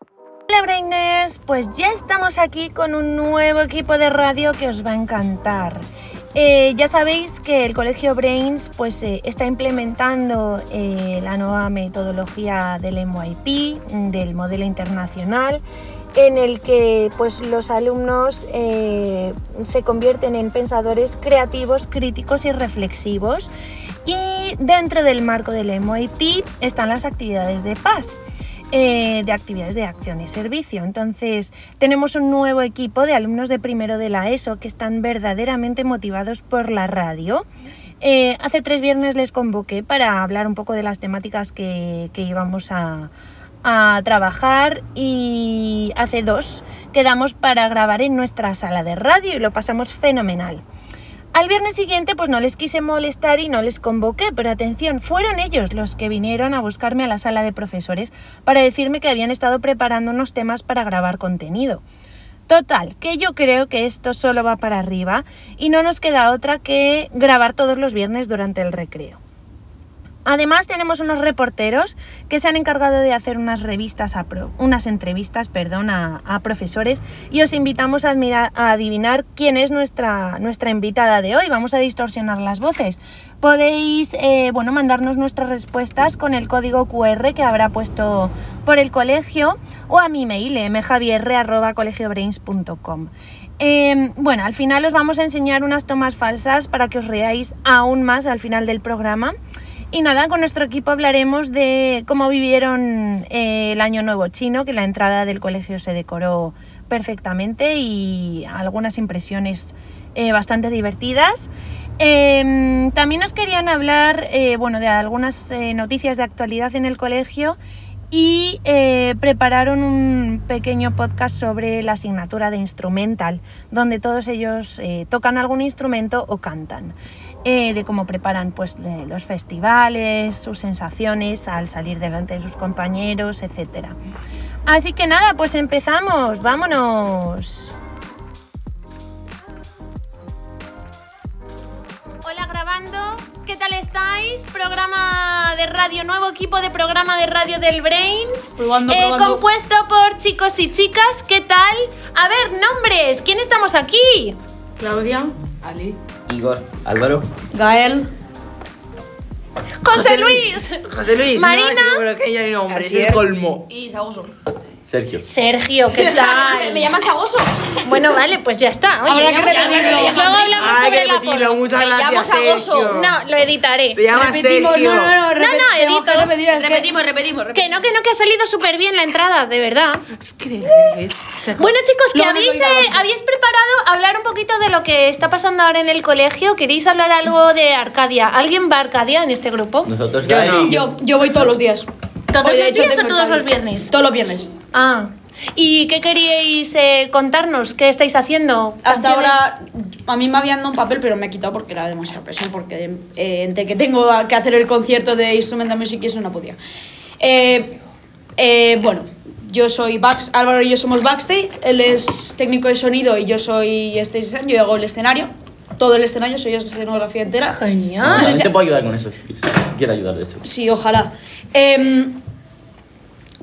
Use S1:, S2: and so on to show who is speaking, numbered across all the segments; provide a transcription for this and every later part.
S1: Hola Brainers, pues ya estamos aquí con un nuevo equipo de radio que os va a encantar. Eh, ya sabéis que el Colegio Brains pues, eh, está implementando eh, la nueva metodología del MYP, del modelo internacional, en el que pues, los alumnos eh, se convierten en pensadores creativos, críticos y reflexivos. Y dentro del marco del MYP están las actividades de paz. Eh, de actividades de acción y servicio. Entonces, tenemos un nuevo equipo de alumnos de primero de la ESO que están verdaderamente motivados por la radio. Eh, hace tres viernes les convoqué para hablar un poco de las temáticas que, que íbamos a, a trabajar y hace dos quedamos para grabar en nuestra sala de radio y lo pasamos fenomenal. Al viernes siguiente pues no les quise molestar y no les convoqué, pero atención, fueron ellos los que vinieron a buscarme a la sala de profesores para decirme que habían estado preparando unos temas para grabar contenido. Total, que yo creo que esto solo va para arriba y no nos queda otra que grabar todos los viernes durante el recreo. Además tenemos unos reporteros que se han encargado de hacer unas revistas a pro, unas entrevistas perdón, a, a, profesores y os invitamos a, admirar, a adivinar quién es nuestra, nuestra, invitada de hoy. Vamos a distorsionar las voces. Podéis eh, bueno, mandarnos nuestras respuestas con el código QR que habrá puesto por el colegio o a mi eh, mail mjavierre.colegiobrains.com. Eh, bueno, al final os vamos a enseñar unas tomas falsas para que os reáis aún más al final del programa. Y nada, con nuestro equipo hablaremos de cómo vivieron eh, el Año Nuevo Chino, que la entrada del colegio se decoró perfectamente y algunas impresiones eh, bastante divertidas. Eh, también nos querían hablar eh, bueno, de algunas eh, noticias de actualidad en el colegio y eh, prepararon un pequeño podcast sobre la asignatura de instrumental, donde todos ellos eh, tocan algún instrumento o cantan, eh, de cómo preparan pues, los festivales, sus sensaciones al salir delante de sus compañeros, etc. Así que nada, pues empezamos, vámonos. Hola grabando, ¿qué tal estáis? Programa de radio, nuevo equipo de programa de radio del Brains.
S2: Probando,
S1: eh,
S2: probando.
S1: Compuesto por chicos y chicas, ¿qué tal? A ver, nombres, ¿quién estamos aquí?
S2: Claudia, Ali,
S3: Igor, Álvaro.
S4: Gael.
S1: José Luis,
S5: José Luis,
S1: Marina.
S5: no, es pero que ya ni nombre, es el colmo.
S4: Y Sagoso.
S3: Sergio.
S1: Sergio, ¿qué
S4: Me
S1: tal?
S4: llamas Sagoso.
S1: bueno, vale, pues ya está. Oye, ya
S4: Habrá que
S1: hemos-
S4: repetirlo.
S1: Luego hablamos
S5: Hay que
S1: sobre la
S5: repetirlo,
S1: foto.
S5: muchas
S4: Me llamo
S5: gracias.
S4: Sagoso.
S5: Sergio.
S1: No, lo editaré.
S5: Se llama
S4: Repetimos,
S5: Sergio.
S4: no, no, no, repet-
S1: no,
S4: tenemos que
S1: edito.
S4: repetir, es que-
S6: Repetimos, repetimos,
S1: Que
S6: repetimos.
S1: no, que no, que ha salido súper bien la entrada, de verdad.
S5: Es que de verdad, es- se acabó.
S1: Bueno chicos, que
S4: Luego nos
S1: habéis,
S4: oirá
S1: eh,
S4: otro.
S1: habéis preparado hablar un poquito de lo que está pasando ahora en el colegio. ¿Queréis hablar algo de Arcadia? ¿Alguien va a Arcadia en este grupo?
S3: Nosotros
S5: Yo
S3: Gael y
S5: no.
S4: Yo, yo voy todos los días.
S1: ¿Todos
S4: Hoy, de
S1: los
S4: hecho,
S1: días o
S4: tengo
S1: todos
S4: examen.
S1: los viernes?
S4: Todos los viernes.
S1: Ah. ¿Y qué queríais eh, contarnos? ¿Qué estáis haciendo?
S4: Hasta
S1: ¿Canciones?
S4: ahora, a mí me habían dado un papel, pero me he quitado porque era demasiado peso. Porque eh, entre que tengo a- que hacer el concierto de Instrumental Music y eso no podía. Eh, eh, bueno, yo soy Bax, Álvaro y yo somos backstage. Él es técnico de sonido y yo soy stage design. Yo hago el escenario. Todo el escenario, soy yo la escenografía entera.
S1: Genial.
S3: No,
S4: No sé
S3: también
S4: si-
S3: te puedo ayudar con eso si quieres. Quiero ayudar, de hecho.
S4: Sí, ojalá. Em,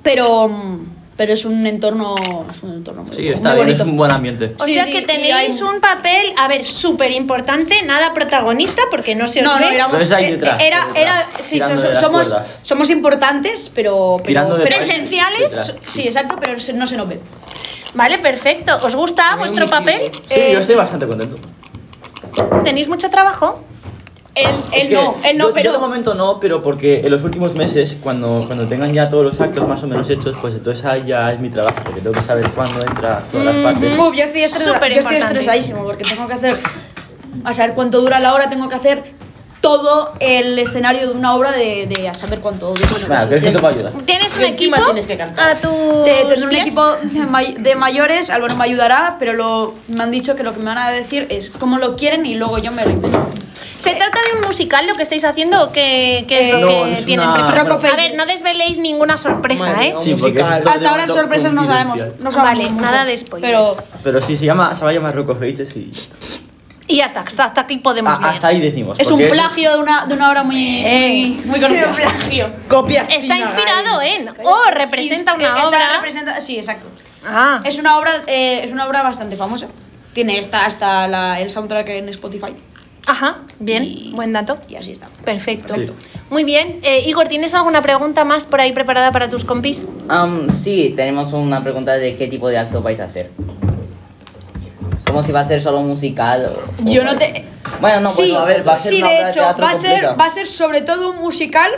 S4: pero, mm, pero es un entorno, es un entorno muy,
S3: Sí,
S4: muy
S3: está bien, es
S4: bonito.
S3: un buen ambiente.
S1: O
S4: Sí,
S1: sea
S4: sí,
S1: que
S4: y
S1: tenéis
S4: hay-
S1: un papel, a ver, súper importante, nada protagonista porque no se os
S4: No, no,
S1: ve.
S4: éramos,
S3: Entonces ahí
S4: eh,
S3: detrás,
S4: era,
S3: detrás,
S4: era, sí,
S3: tirando
S4: so-
S3: de las
S4: somos,
S3: cuerdas.
S4: somos importantes, pero, pero-
S3: Tirando de
S4: pero
S3: país,
S4: esenciales,
S3: detrás.
S4: sí, exacto, pero se- no se nos ve.
S1: Vale, perfecto. ¿Os gusta vuestro papel?
S3: Sí,
S4: eh,
S3: yo estoy bastante contento.
S1: ¿Tenéis mucho trabajo?
S4: Él,
S3: Es
S4: él
S3: que
S4: no, él no,
S3: yo- Yo de
S4: pero
S3: momento no, pero porque en los últimos meses, cuando, cuando tengan ya todos los actos más o menos hechos, pues entonces ahí ya es mi trabajo, porque tengo que saber cuándo entra todas
S4: Mm,
S3: las partes.
S4: Uf, yo estoy, estresa-
S1: Súper
S4: yo estoy
S1: importante.
S4: estresadísimo porque tengo que hacer, a saber cuánto dura la hora, tengo que hacer todo el escenario de una obra de, de a saber cuánto dura. una
S3: Nada,
S4: cosa.
S3: creo que
S4: De-
S3: te puedo ayudar.
S1: ¿Tienes un
S5: Y encima
S1: equipo
S5: tienes que cantar.
S1: a tu
S4: Te- Tengo un equipo de, may- de mayores, Álvaro me ayudará, pero lo, me han dicho que lo que me van a decir es cómo lo quieren y luego yo me lo invento.
S1: ¿Se trata de un musical lo que estáis haciendo o qué, qué es
S4: Eh,
S1: lo
S3: Eh. no,
S1: que
S3: es
S1: tienen
S3: una-
S1: preparado?
S4: Rock of
S1: A ver,
S4: Ages.
S1: no desveléis ninguna sorpresa,
S5: Madre
S1: ¿eh?
S5: mía.
S3: Sí, porque eso
S5: musical.
S3: es todo de
S4: Hasta ahora
S3: momento
S4: sorpresas no sabemos.
S3: confidencial.
S4: No sabemos
S1: Vale,
S4: mucho.
S1: nada de spoilers.
S4: Pero
S3: Pero sí, se, llama, se va a llamar Rocco Feites y...
S6: Y ya está, hasta, hasta aquí podemos
S3: Ah,
S6: leer.
S3: hasta ahí decimos.
S4: Es un
S3: porque
S4: plagio de una, de una obra muy,
S6: Eh.
S4: muy, muy conocida.
S5: Copia
S6: Está
S5: china,
S6: inspirado en o Oh, representa
S4: Ins- eh,
S6: una
S4: esta
S6: obra.
S4: representa- sí, exacto.
S6: Ah,
S4: Es una obra, eh, es una obra bastante famosa. Tiene esta hasta la, el soundtrack en Spotify.
S6: ajá, bien,
S4: Y-
S6: buen dato.
S4: Y así está.
S6: Perfecto.
S3: Sí.
S6: Muy bien. Eh, Igor, ¿tienes alguna pregunta más por ahí preparada para tus compis?
S7: Am, sí, tenemos una pregunta de qué tipo de acto vais a hacer. Como si va a ser solo musical o- o-
S4: Yo no te.
S7: Bueno, no,
S4: sí,
S7: pues,
S3: a ver, va a ser
S4: sí,
S3: una
S4: de
S3: obra de
S4: hecho,
S3: teatro
S4: va a, ser,
S3: completa.
S4: va a ser sobre todo un musical,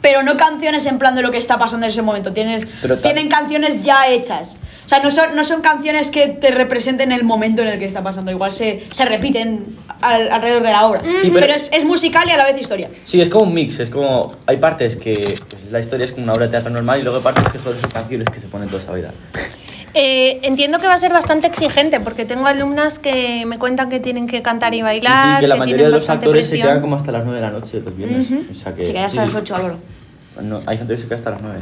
S4: pero no canciones en plan de lo que está pasando en ese momento. Tienes,
S3: Pero tal-
S4: tienen canciones ya hechas. O sea, no son, no son canciones que te representen el momento en el que está pasando. Igual se, se repiten al- alrededor de la obra.
S3: Sí,
S4: pero
S3: pero-
S4: es, es musical y a la vez historia.
S3: Sí, es como un mix, es como. Hay partes que pues, la historia es como una obra de teatro normal y luego hay partes que solo son canciones que se ponen todos a bailar.
S6: Eh, entiendo que va a ser bastante exigente porque tengo alumnas que me cuentan que tienen que cantar y
S3: Y sí,
S6: bailar.
S3: que la mayoría
S6: tienen
S3: de los
S6: bastante
S3: actores se
S6: presión.
S3: quedan como hasta las 9 de la noche los viernes. O sea que.
S4: Se queda
S3: sí,
S4: hasta las
S3: sí.
S4: 8, Álvaro.
S3: No, hay gente que se queda hasta las 9.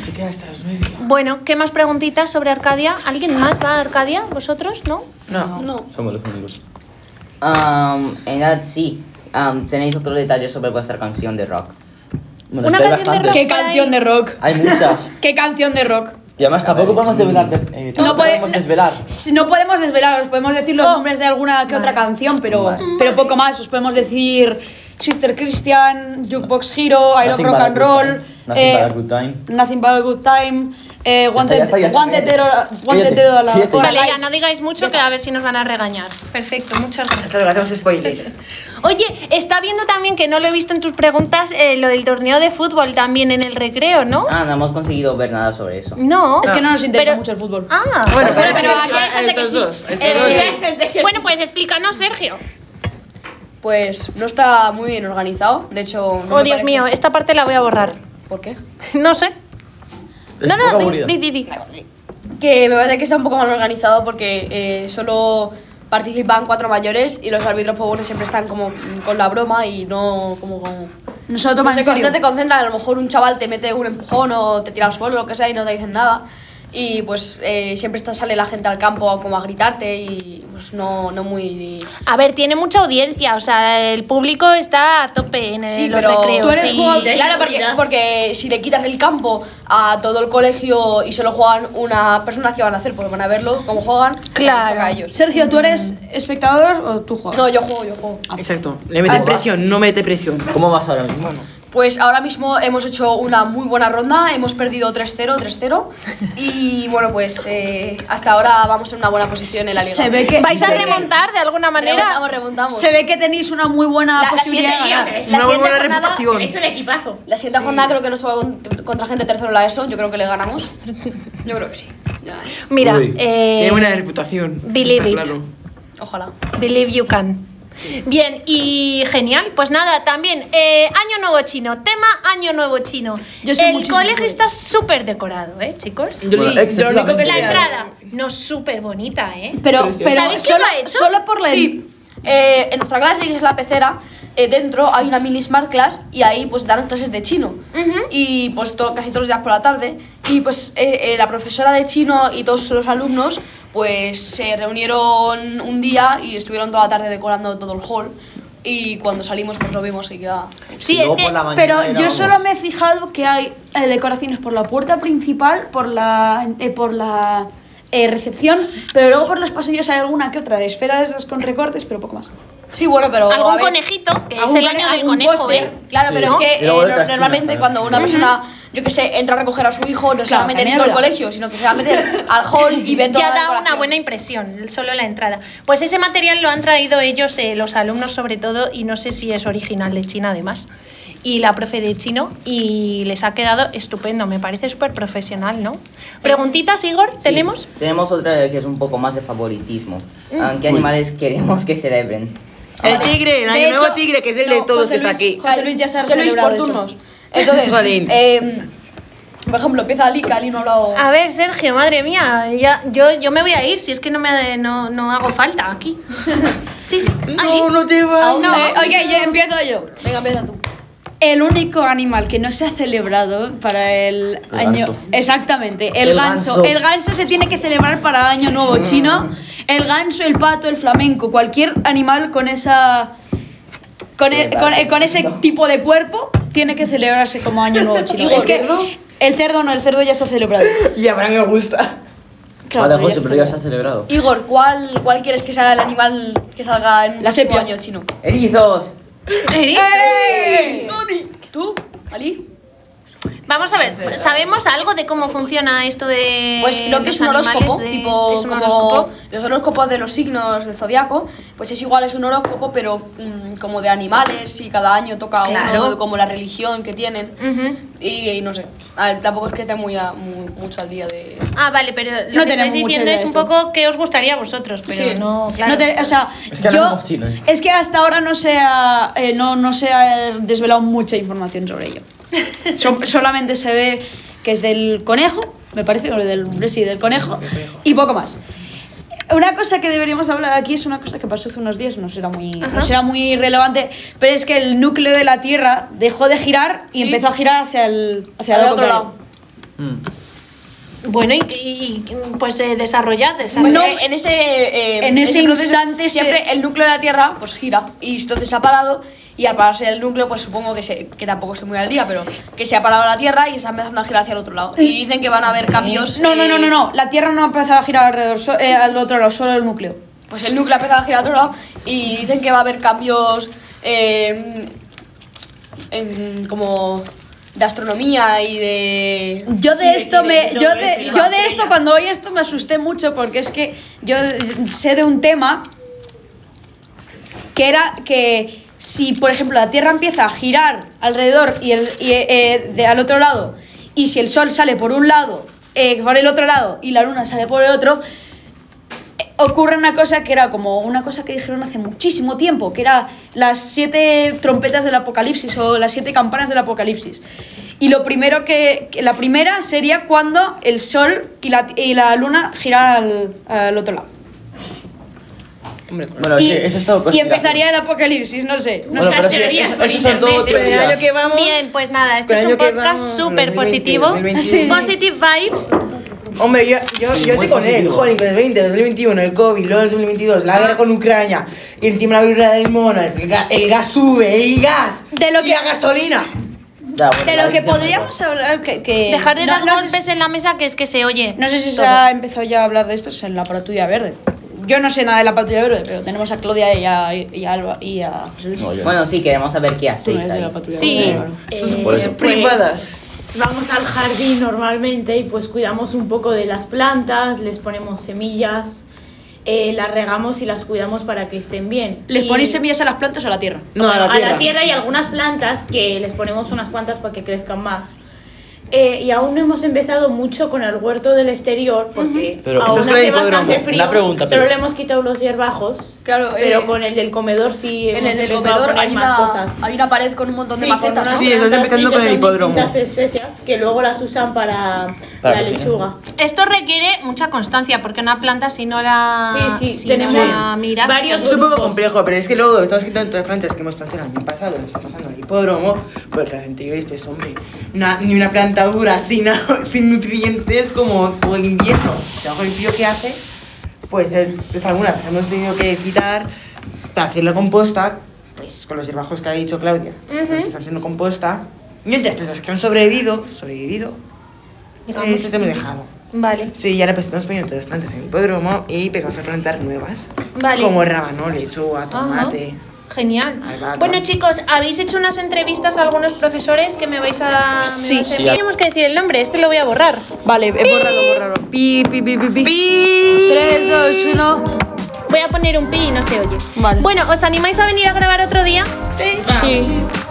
S2: Se queda hasta las nueve.
S6: Bueno, ¿qué más preguntitas sobre Arcadia? ¿Alguien más va a Arcadia? ¿Vosotros? ¿No?
S5: No.
S3: Somos los únicos.
S7: Am, en edad sí. Am, tenéis otro detalle sobre vuestra canción de rock.
S3: Bueno,
S6: Una
S3: es que hay
S6: canción de
S3: bastantes.
S4: ¿Qué canción de rock?
S3: Hay muchas.
S4: ¿Qué canción de rock?
S3: Y además tampoco podemos desvelar. eh, tampoco
S4: puede-
S3: podemos desvelar.
S4: Si No podemos desvelaros, podemos decir los nombres de alguna que otra canción, pero,
S7: Vale.
S4: pero poco más. Os podemos decir Sister Christian, Jukebox Hero, I Love
S3: Nothing
S4: Rock
S3: but a
S4: and
S3: good
S4: Roll,
S3: time. Nothing
S4: eh,
S3: but a good time.
S4: Nothing But a Good Time, eh,
S3: ya está, ya
S4: Wanted
S3: está,
S4: Wanted
S3: cállate.
S4: Dead or- Wanted
S3: Cállate,
S4: Dead or Alive.
S3: cállate.
S6: Vale, ya no digáis mucho que a ver si nos van a regañar. Perfecto, muchas gracias.
S5: Hasta luego, hacemos spoiler.
S6: Oye, está viendo también que no lo he visto en tus preguntas eh, lo del torneo de fútbol también en el recreo,
S4: Oh.
S6: ¿no?
S7: Ah, no hemos conseguido ver nada sobre eso.
S4: Mm,
S6: No.
S4: Es que no nos interesa
S6: Pero-
S4: mucho el fútbol.
S6: Ah,
S5: Bueno,
S6: aquí
S5: pero-
S6: hay
S5: a-
S6: gente
S5: a Ah, estos
S6: que sí.
S5: dos, a estos
S6: Eh, bueno, pues explícanos, Sergio.
S8: Pues no está muy bien organizado. De hecho, no
S6: Oh,
S8: me
S6: Dios
S8: parece-
S6: mío, esta parte la voy a borrar.
S8: ¿Por qué?
S6: No sé.
S3: Es
S6: no,
S3: un poco
S6: no, di,
S3: aburrida.
S6: di, di, di.
S8: Que me parece que está un poco mal organizado porque eh, solo participan cuatro mayores y los árbitros pues, bueno, siempre están como mm, con la broma y no como con-
S4: No se lo
S8: No,
S4: toman
S8: se
S4: en
S8: con-
S4: serio.
S8: no te concentran, a lo mejor un chaval te mete un empujón o te tira al suelo lo que sea y no te dicen nada. Y pues eh, siempre está, sale la gente al campo como a gritarte y pues no, no muy...
S6: A ver, tiene mucha audiencia, o sea, el público está a tope en eh,
S8: Sí,
S6: los
S8: pero
S6: recreos.
S8: tú eres
S6: sí.
S8: jugador- Claro, porque, porque si le quitas el campo a todo el colegio y solo juegan unas personas que van a hacer, pues van a verlo cómo juegan. se les
S6: Claro.
S8: toca a ellos.
S4: Sergio, ¿tú eres espectador o tú juegas?
S8: No, yo juego, yo juego.
S5: Exacto. Le mete presión, no mete presión.
S3: ¿Cómo vas ahora mismo?
S8: Pues ahora mismo hemos hecho una muy buena ronda, hemos perdido 3-0, 3-0 y bueno, pues eh, hasta ahora vamos en una buena posición en la liga.
S4: Se ve que.
S6: ¿Vais a
S4: se ve que-
S6: remontar de alguna manera?
S8: Remontamos, remontamos.
S4: Se ve que tenéis una muy buena
S8: La- la
S4: posibilidad de
S8: siguiente-
S4: ganar.
S8: la
S5: Una muy
S8: siguiente
S5: buena
S8: jornada-
S5: reputación.
S8: La siguiente jornada creo que nos va contra, contra gente tercero en la ESO, yo creo que le ganamos. Yo creo que sí. Ya,
S6: Mira,
S3: Uy,
S6: eh,
S5: Tiene buena reputación.
S6: believe
S5: está
S6: it.
S5: claro.
S8: Ojalá.
S6: Believe you can. Bien, y genial. Pues nada, también eh, Año Nuevo Chino, tema Año Nuevo Chino.
S4: Yo soy
S6: El
S4: muchísimo
S6: colegio
S4: joven.
S6: está súper decorado, ¿eh, chicos?
S5: Yo
S3: Bueno,
S5: sí, lo
S3: excesivamente.
S5: único que
S6: La
S5: sea-
S6: entrada, no súper bonita, ¿eh?
S4: Pero, pero
S6: ¿Sabéis quién
S4: solo,
S6: lo ha hecho?
S4: solo por la.
S8: Sí, eh, en nuestra clase, que es la pecera, eh, dentro hay una mini smart class y ahí pues dan clases de chino. Y pues to- casi todos los días por la tarde. Y pues eh, eh, la profesora de chino y todos los alumnos pues se reunieron un día y estuvieron toda la tarde decorando todo el hall. Y cuando salimos pues lo vimos y queda...
S6: Sí,
S3: Y luego
S6: es que.
S3: por la mañana
S4: Pero
S3: era,
S4: yo
S3: vamos,
S4: solo me he fijado que hay eh, decoraciones por la puerta principal, por la, eh, por la eh, recepción, pero luego por los pasillos hay alguna que otra de esferas de esas con recortes, pero poco más.
S8: Sí, bueno, pero... a
S6: Algún
S8: ver,
S6: conejito, que es
S4: algún
S6: el
S4: cone-
S6: año del
S4: algún
S6: conejo,
S4: póster.
S6: ¿eh?
S8: Claro,
S3: Sí.
S8: pero
S3: ¿No?
S8: es que
S3: Y luego
S8: eh,
S3: otras
S8: no- normalmente
S3: chinas,
S8: cuando una persona, yo que sé, entra a recoger a su hijo, no se va a
S4: Claro,
S8: meter
S4: también
S8: en todo el
S4: es verdad.
S8: colegio, sino que se va a meter al hall y ve toda
S6: Ya
S8: la
S6: da una
S8: decoración.
S6: buena impresión, solo la entrada. Pues ese material lo han traído ellos, eh, los alumnos sobre todo, y no sé si es original de China además, y la profe de chino, y les ha quedado estupendo, me parece súper profesional, ¿no? Preguntitas, Igor,
S7: Sí,
S6: ¿tenemos?
S7: tenemos otra que es un poco más de favoritismo.
S4: Mm.
S7: Am, ¿Qué animales queremos que celebren?
S5: El tigre, el año nuevo tigre, que es el de
S8: no,
S5: todos
S8: José
S5: que está
S8: Luis-
S5: aquí.
S8: José Luis ya se ha
S4: José Luis
S8: celebrado
S4: por
S8: eso.
S4: turnos.
S8: Entonces,
S5: Jolín.
S8: eh, por ejemplo, empieza Ali, que Ali no ha hablado.
S6: A ver, Sergio, madre mía, ya- yo, yo me voy a ir, si es que no, me, no, no hago falta aquí. Sí, sí, Ali.
S5: No, no te vayas.
S8: no.
S4: Eh, ok, yo empiezo yo.
S8: Venga, empieza tú.
S4: El único animal que no se ha celebrado para el,
S3: El
S4: año.
S3: ganso.
S4: Exactamente, el,
S5: El
S4: ganso. Mm.
S5: ganso.
S4: El ganso se tiene que celebrar para Año Nuevo Chino. El ganso, el pato, el flamenco, cualquier animal con esa. Con, el- con, el- con ese tipo de cuerpo tiene que celebrarse como Año Nuevo Chino. Es que el cerdo no, el cerdo ya se ha celebrado.
S5: Y Abraham me gusta.
S4: Claro,
S3: vale, José,
S4: ya se
S3: Ah, pero ya se ha celebrado.
S8: Igor, ¿cuál, ¿cuál quieres que sea el animal que salga en
S4: La
S8: el próximo
S4: sepia.
S8: año chino?
S7: ¡Erizos!
S8: ¿Tú, Ali?
S6: Vamos a ver, ¿sabemos algo de cómo funciona esto de.
S8: Pues creo que
S6: los
S8: es un horóscopo,
S6: animales de-
S8: tipo
S6: es un
S8: como
S6: horóscopo?
S8: los horóscopos de los signos del zodiaco, pues es igual, es un horóscopo, pero mm, como de animales y cada año toca
S6: Claro.
S8: uno, como la religión que tienen.
S6: Ujú.
S8: Y, y no sé, a ver, tampoco es que esté muy, a- mu- mucho al día de...
S6: Ah, vale, pero lo
S4: No
S6: que estáis
S4: tenemos mucha
S6: diciendo
S4: idea
S6: es
S4: de
S6: un
S4: esto.
S6: poco que os gustaría a vosotros, pero
S8: Sí.
S6: no, claro.
S4: No te- o sea,
S3: Es que no
S4: yo,
S3: somos chinos.
S4: es que hasta ahora no se ha, eh, no, no se ha desvelado mucha información sobre ello. So- solamente se ve que es del conejo, me parece, o del, sí, del conejo, y poco más. Una cosa que deberíamos hablar aquí es una cosa que pasó hace unos días, no será muy, no será muy relevante, pero es que el núcleo de la Tierra dejó de girar y
S8: Sí.
S4: empezó a girar hacia el hacia
S8: Al
S4: el
S8: otro
S4: contrario.
S8: lado.
S6: Bueno, y, y- y, pues eh, desarrollad, desarrollad.
S8: Pues eh, en ese, eh,
S4: en ese
S8: proceso
S4: instante se-
S8: siempre el núcleo de la Tierra pues gira y entonces se ha parado y al pararse el núcleo pues supongo que, se, que tampoco se muy al día, pero que se ha parado la Tierra y está empezando a girar hacia el otro lado. Y dicen que van a haber cambios.
S4: No, no, no, no,
S8: eh,
S4: no, la Tierra no ha empezado a girar alrededor, so- eh, al otro lado, solo el núcleo.
S8: Pues el núcleo ha empezado a girar al otro lado y dicen que va a haber cambios eh, en- como de astronomía y de...
S4: Yo de esto me,
S6: yo
S4: yo
S6: de
S4: de,
S6: que
S4: yo
S6: las
S4: de esto
S6: estrellas.
S4: cuando oí esto me asusté mucho porque es que yo sé de un tema que era que si por ejemplo la Tierra empieza a girar alrededor y, el, y, eh, de al otro lado y si el Sol sale por un lado, eh, por el otro lado y la Luna sale por el otro eh, ocurre una cosa que era como una cosa que dijeron hace muchísimo tiempo, que era las siete trompetas del apocalipsis o las siete campanas del apocalipsis. Y lo primero que, que- la primera sería cuando el sol y la, y la luna giraran al, al otro lado.
S5: Hombre,
S3: Bueno,
S4: y,
S3: sí, eso es todo
S4: y
S3: conspiración.
S4: empezaría el apocalipsis, no sé.
S3: Bueno,
S4: No sé.
S3: pero sí,
S6: teorías
S3: eso-
S6: por
S3: eso son todo
S6: internet,
S5: el año que vamos.
S6: Bien, pues nada, este
S5: Con
S6: es
S5: el
S6: un
S5: año que
S6: podcast
S5: vamos,
S6: súper
S5: 2020,
S6: positivo.
S5: 2021.
S6: Positive vibes.
S5: Hombre, yo, yo,
S3: Sí,
S5: yo
S3: muy
S5: estoy con él,
S3: positivo.
S5: joder, con el 20, 2021, el COVID, luego el 2022, la guerra con Ucrania, y encima la viruela del mono, el, ga- el gas sube, el gas,
S4: De lo
S5: y
S4: que-
S5: la gasolina.
S3: Ya, bueno,
S4: De
S3: la
S4: lo que
S3: Virgen,
S4: podríamos hablar que... que-
S6: Dejar de
S4: no,
S6: dar
S4: no sé
S6: golpes en la mesa que es que se oye.
S4: No sé si se
S6: todo.
S4: ha empezado ya a hablar de esto es en la patrulla verde. Yo no sé nada de la patrulla verde, pero tenemos a Claudia y a, y a Alba y a José Luis.
S3: No, yo no.
S7: Bueno, sí, queremos saber qué
S4: Tú no
S7: hacéis
S4: eres de la
S7: ahí.
S4: patrulla
S6: Sí.
S4: verde, claro.
S9: Sus
S3: Por
S4: Pues,
S3: eso.
S5: Privadas.
S9: Eh, pues, Vamos al jardín normalmente y pues cuidamos un poco de las plantas, les ponemos semillas, eh, las regamos y las cuidamos para que estén bien.
S4: ¿Les
S9: Y-
S4: ponéis semillas a las plantas o a la tierra?
S5: No, a la tierra.
S9: y algunas plantas que les ponemos unas cuantas para que crezcan más. Eh, y aún no hemos empezado mucho con el huerto del exterior porque
S3: Pero esto
S9: aún
S5: es
S9: hace
S5: como el
S9: bastante
S5: hipódromo.
S9: frío.
S3: Una pregunta,
S9: solo
S3: pero-
S9: le hemos quitado los hierbajos.
S8: Claro,
S9: pero
S8: eh,
S9: con el del comedor sí
S8: En
S9: hemos
S8: el del
S9: empezado a
S8: comedor
S9: poner
S8: hay
S9: más
S8: una,
S9: cosas.
S8: hay una pared con un montón de
S9: Sí, con
S8: macetas.
S9: unas
S5: Sí, estás
S9: plantas,
S5: empezando
S9: que
S5: con el
S9: son
S5: hipódromo.
S9: distintas especias que luego las usan para,
S3: Para
S9: la
S3: cocinar.
S9: lechuga.
S6: Esto requiere mucha constancia, porque una planta si no la,
S9: Sí, sí,
S6: si
S9: tenemos
S6: no la miras,
S9: varios-
S5: Es un poco complejo, pero es que luego estamos quitando todas las plantas que hemos plantado el año pasado, nos está pasando el hipódromo, porque las anteriores, pues hombre, na- ni una planta dura sin, a- sin nutrientes como todo el invierno. Trabajo el frío que hace, pues es, es alguna, pues, hemos tenido que quitar para hacer la composta, pues con los hierbajos que ha dicho Claudia, pues, está haciendo composta. Mientras, pues las que han sobrevivido, sobrevivido,
S6: Digamos.
S5: eh, las hemos dejado.
S6: Vale.
S5: Sí, y ahora pues estamos poniendo todas las plantas en el hipódromo y empezamos a plantar nuevas.
S6: Vale.
S5: Como rábano, lechuga,
S6: Ajá.
S5: tomate.
S6: Genial.
S5: Ahí va,
S6: Bueno,
S5: va.
S6: chicos, habéis hecho unas entrevistas a algunos profesores que me vais a. me
S4: Sí.
S6: vais a enviar? Tenemos que decir el nombre, este lo voy a borrar.
S4: Vale, eh, bórralo, bórralo. Pi, pi, pi, pi, pi. 3, 2, 1.
S6: pues- Voy a poner un pi y no se oye.
S4: Vale.
S6: Bueno, ¿os animáis a venir a grabar otro día?
S5: Sí.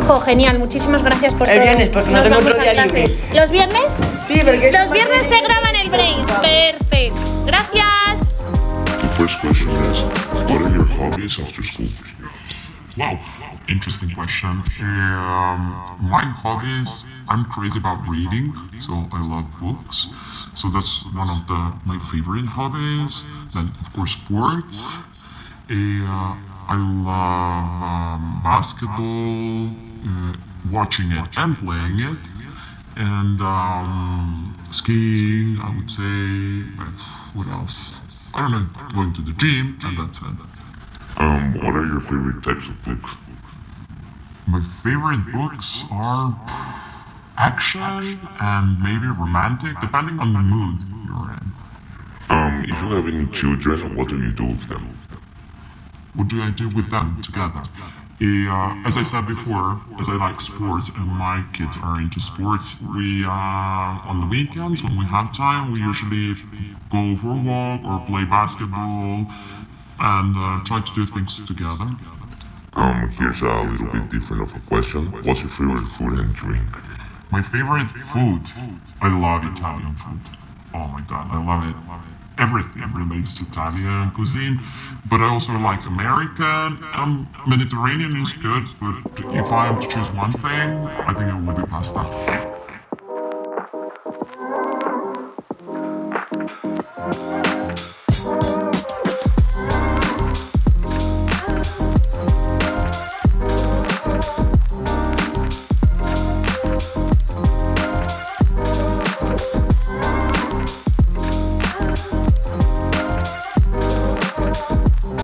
S6: Jo, genial, muchísimas gracias por
S5: El
S6: todo.
S5: viernes, porque no tengo
S6: vamos
S5: otro
S6: a
S5: día
S6: clase.
S5: libre.
S6: ¿Los viernes?
S5: Sí, porque...
S6: Los viernes se graban el Brains. Perfecto. Gracias.
S10: The first question is, what are your hobbies after school?
S11: Wow, interesting question. Um, my hobbies, I'm crazy about reading, so I love books. So that's one of the my favorite hobbies. Then, of course, sports. Uh, I love um, basketball, uh,
S8: watching it and playing it. And um, skiing, I would say. uh, What else? I don't know, going to the gym, and that's it.
S12: Um, what are your favorite types of books?
S8: My favorite books are action and maybe romantic, depending on the mood you're in.
S12: Um, if you have any children, what do you do with them?
S8: What do I do with them together? Eh, uh, as I said before, as I like sports and my kids are into sports, we uh, on the weekends when we have time, we usually go for a walk or play basketball and uh, try to do things together.
S12: Um, here's a little bit different of a question. What's your favorite food and drink?
S8: My favorite food. I love Italian food. Oh my god, I love it. Everything relates to Italian cuisine, but I also like American. Um, Mediterranean is good, but if I have to choose one thing, I think it would be pasta.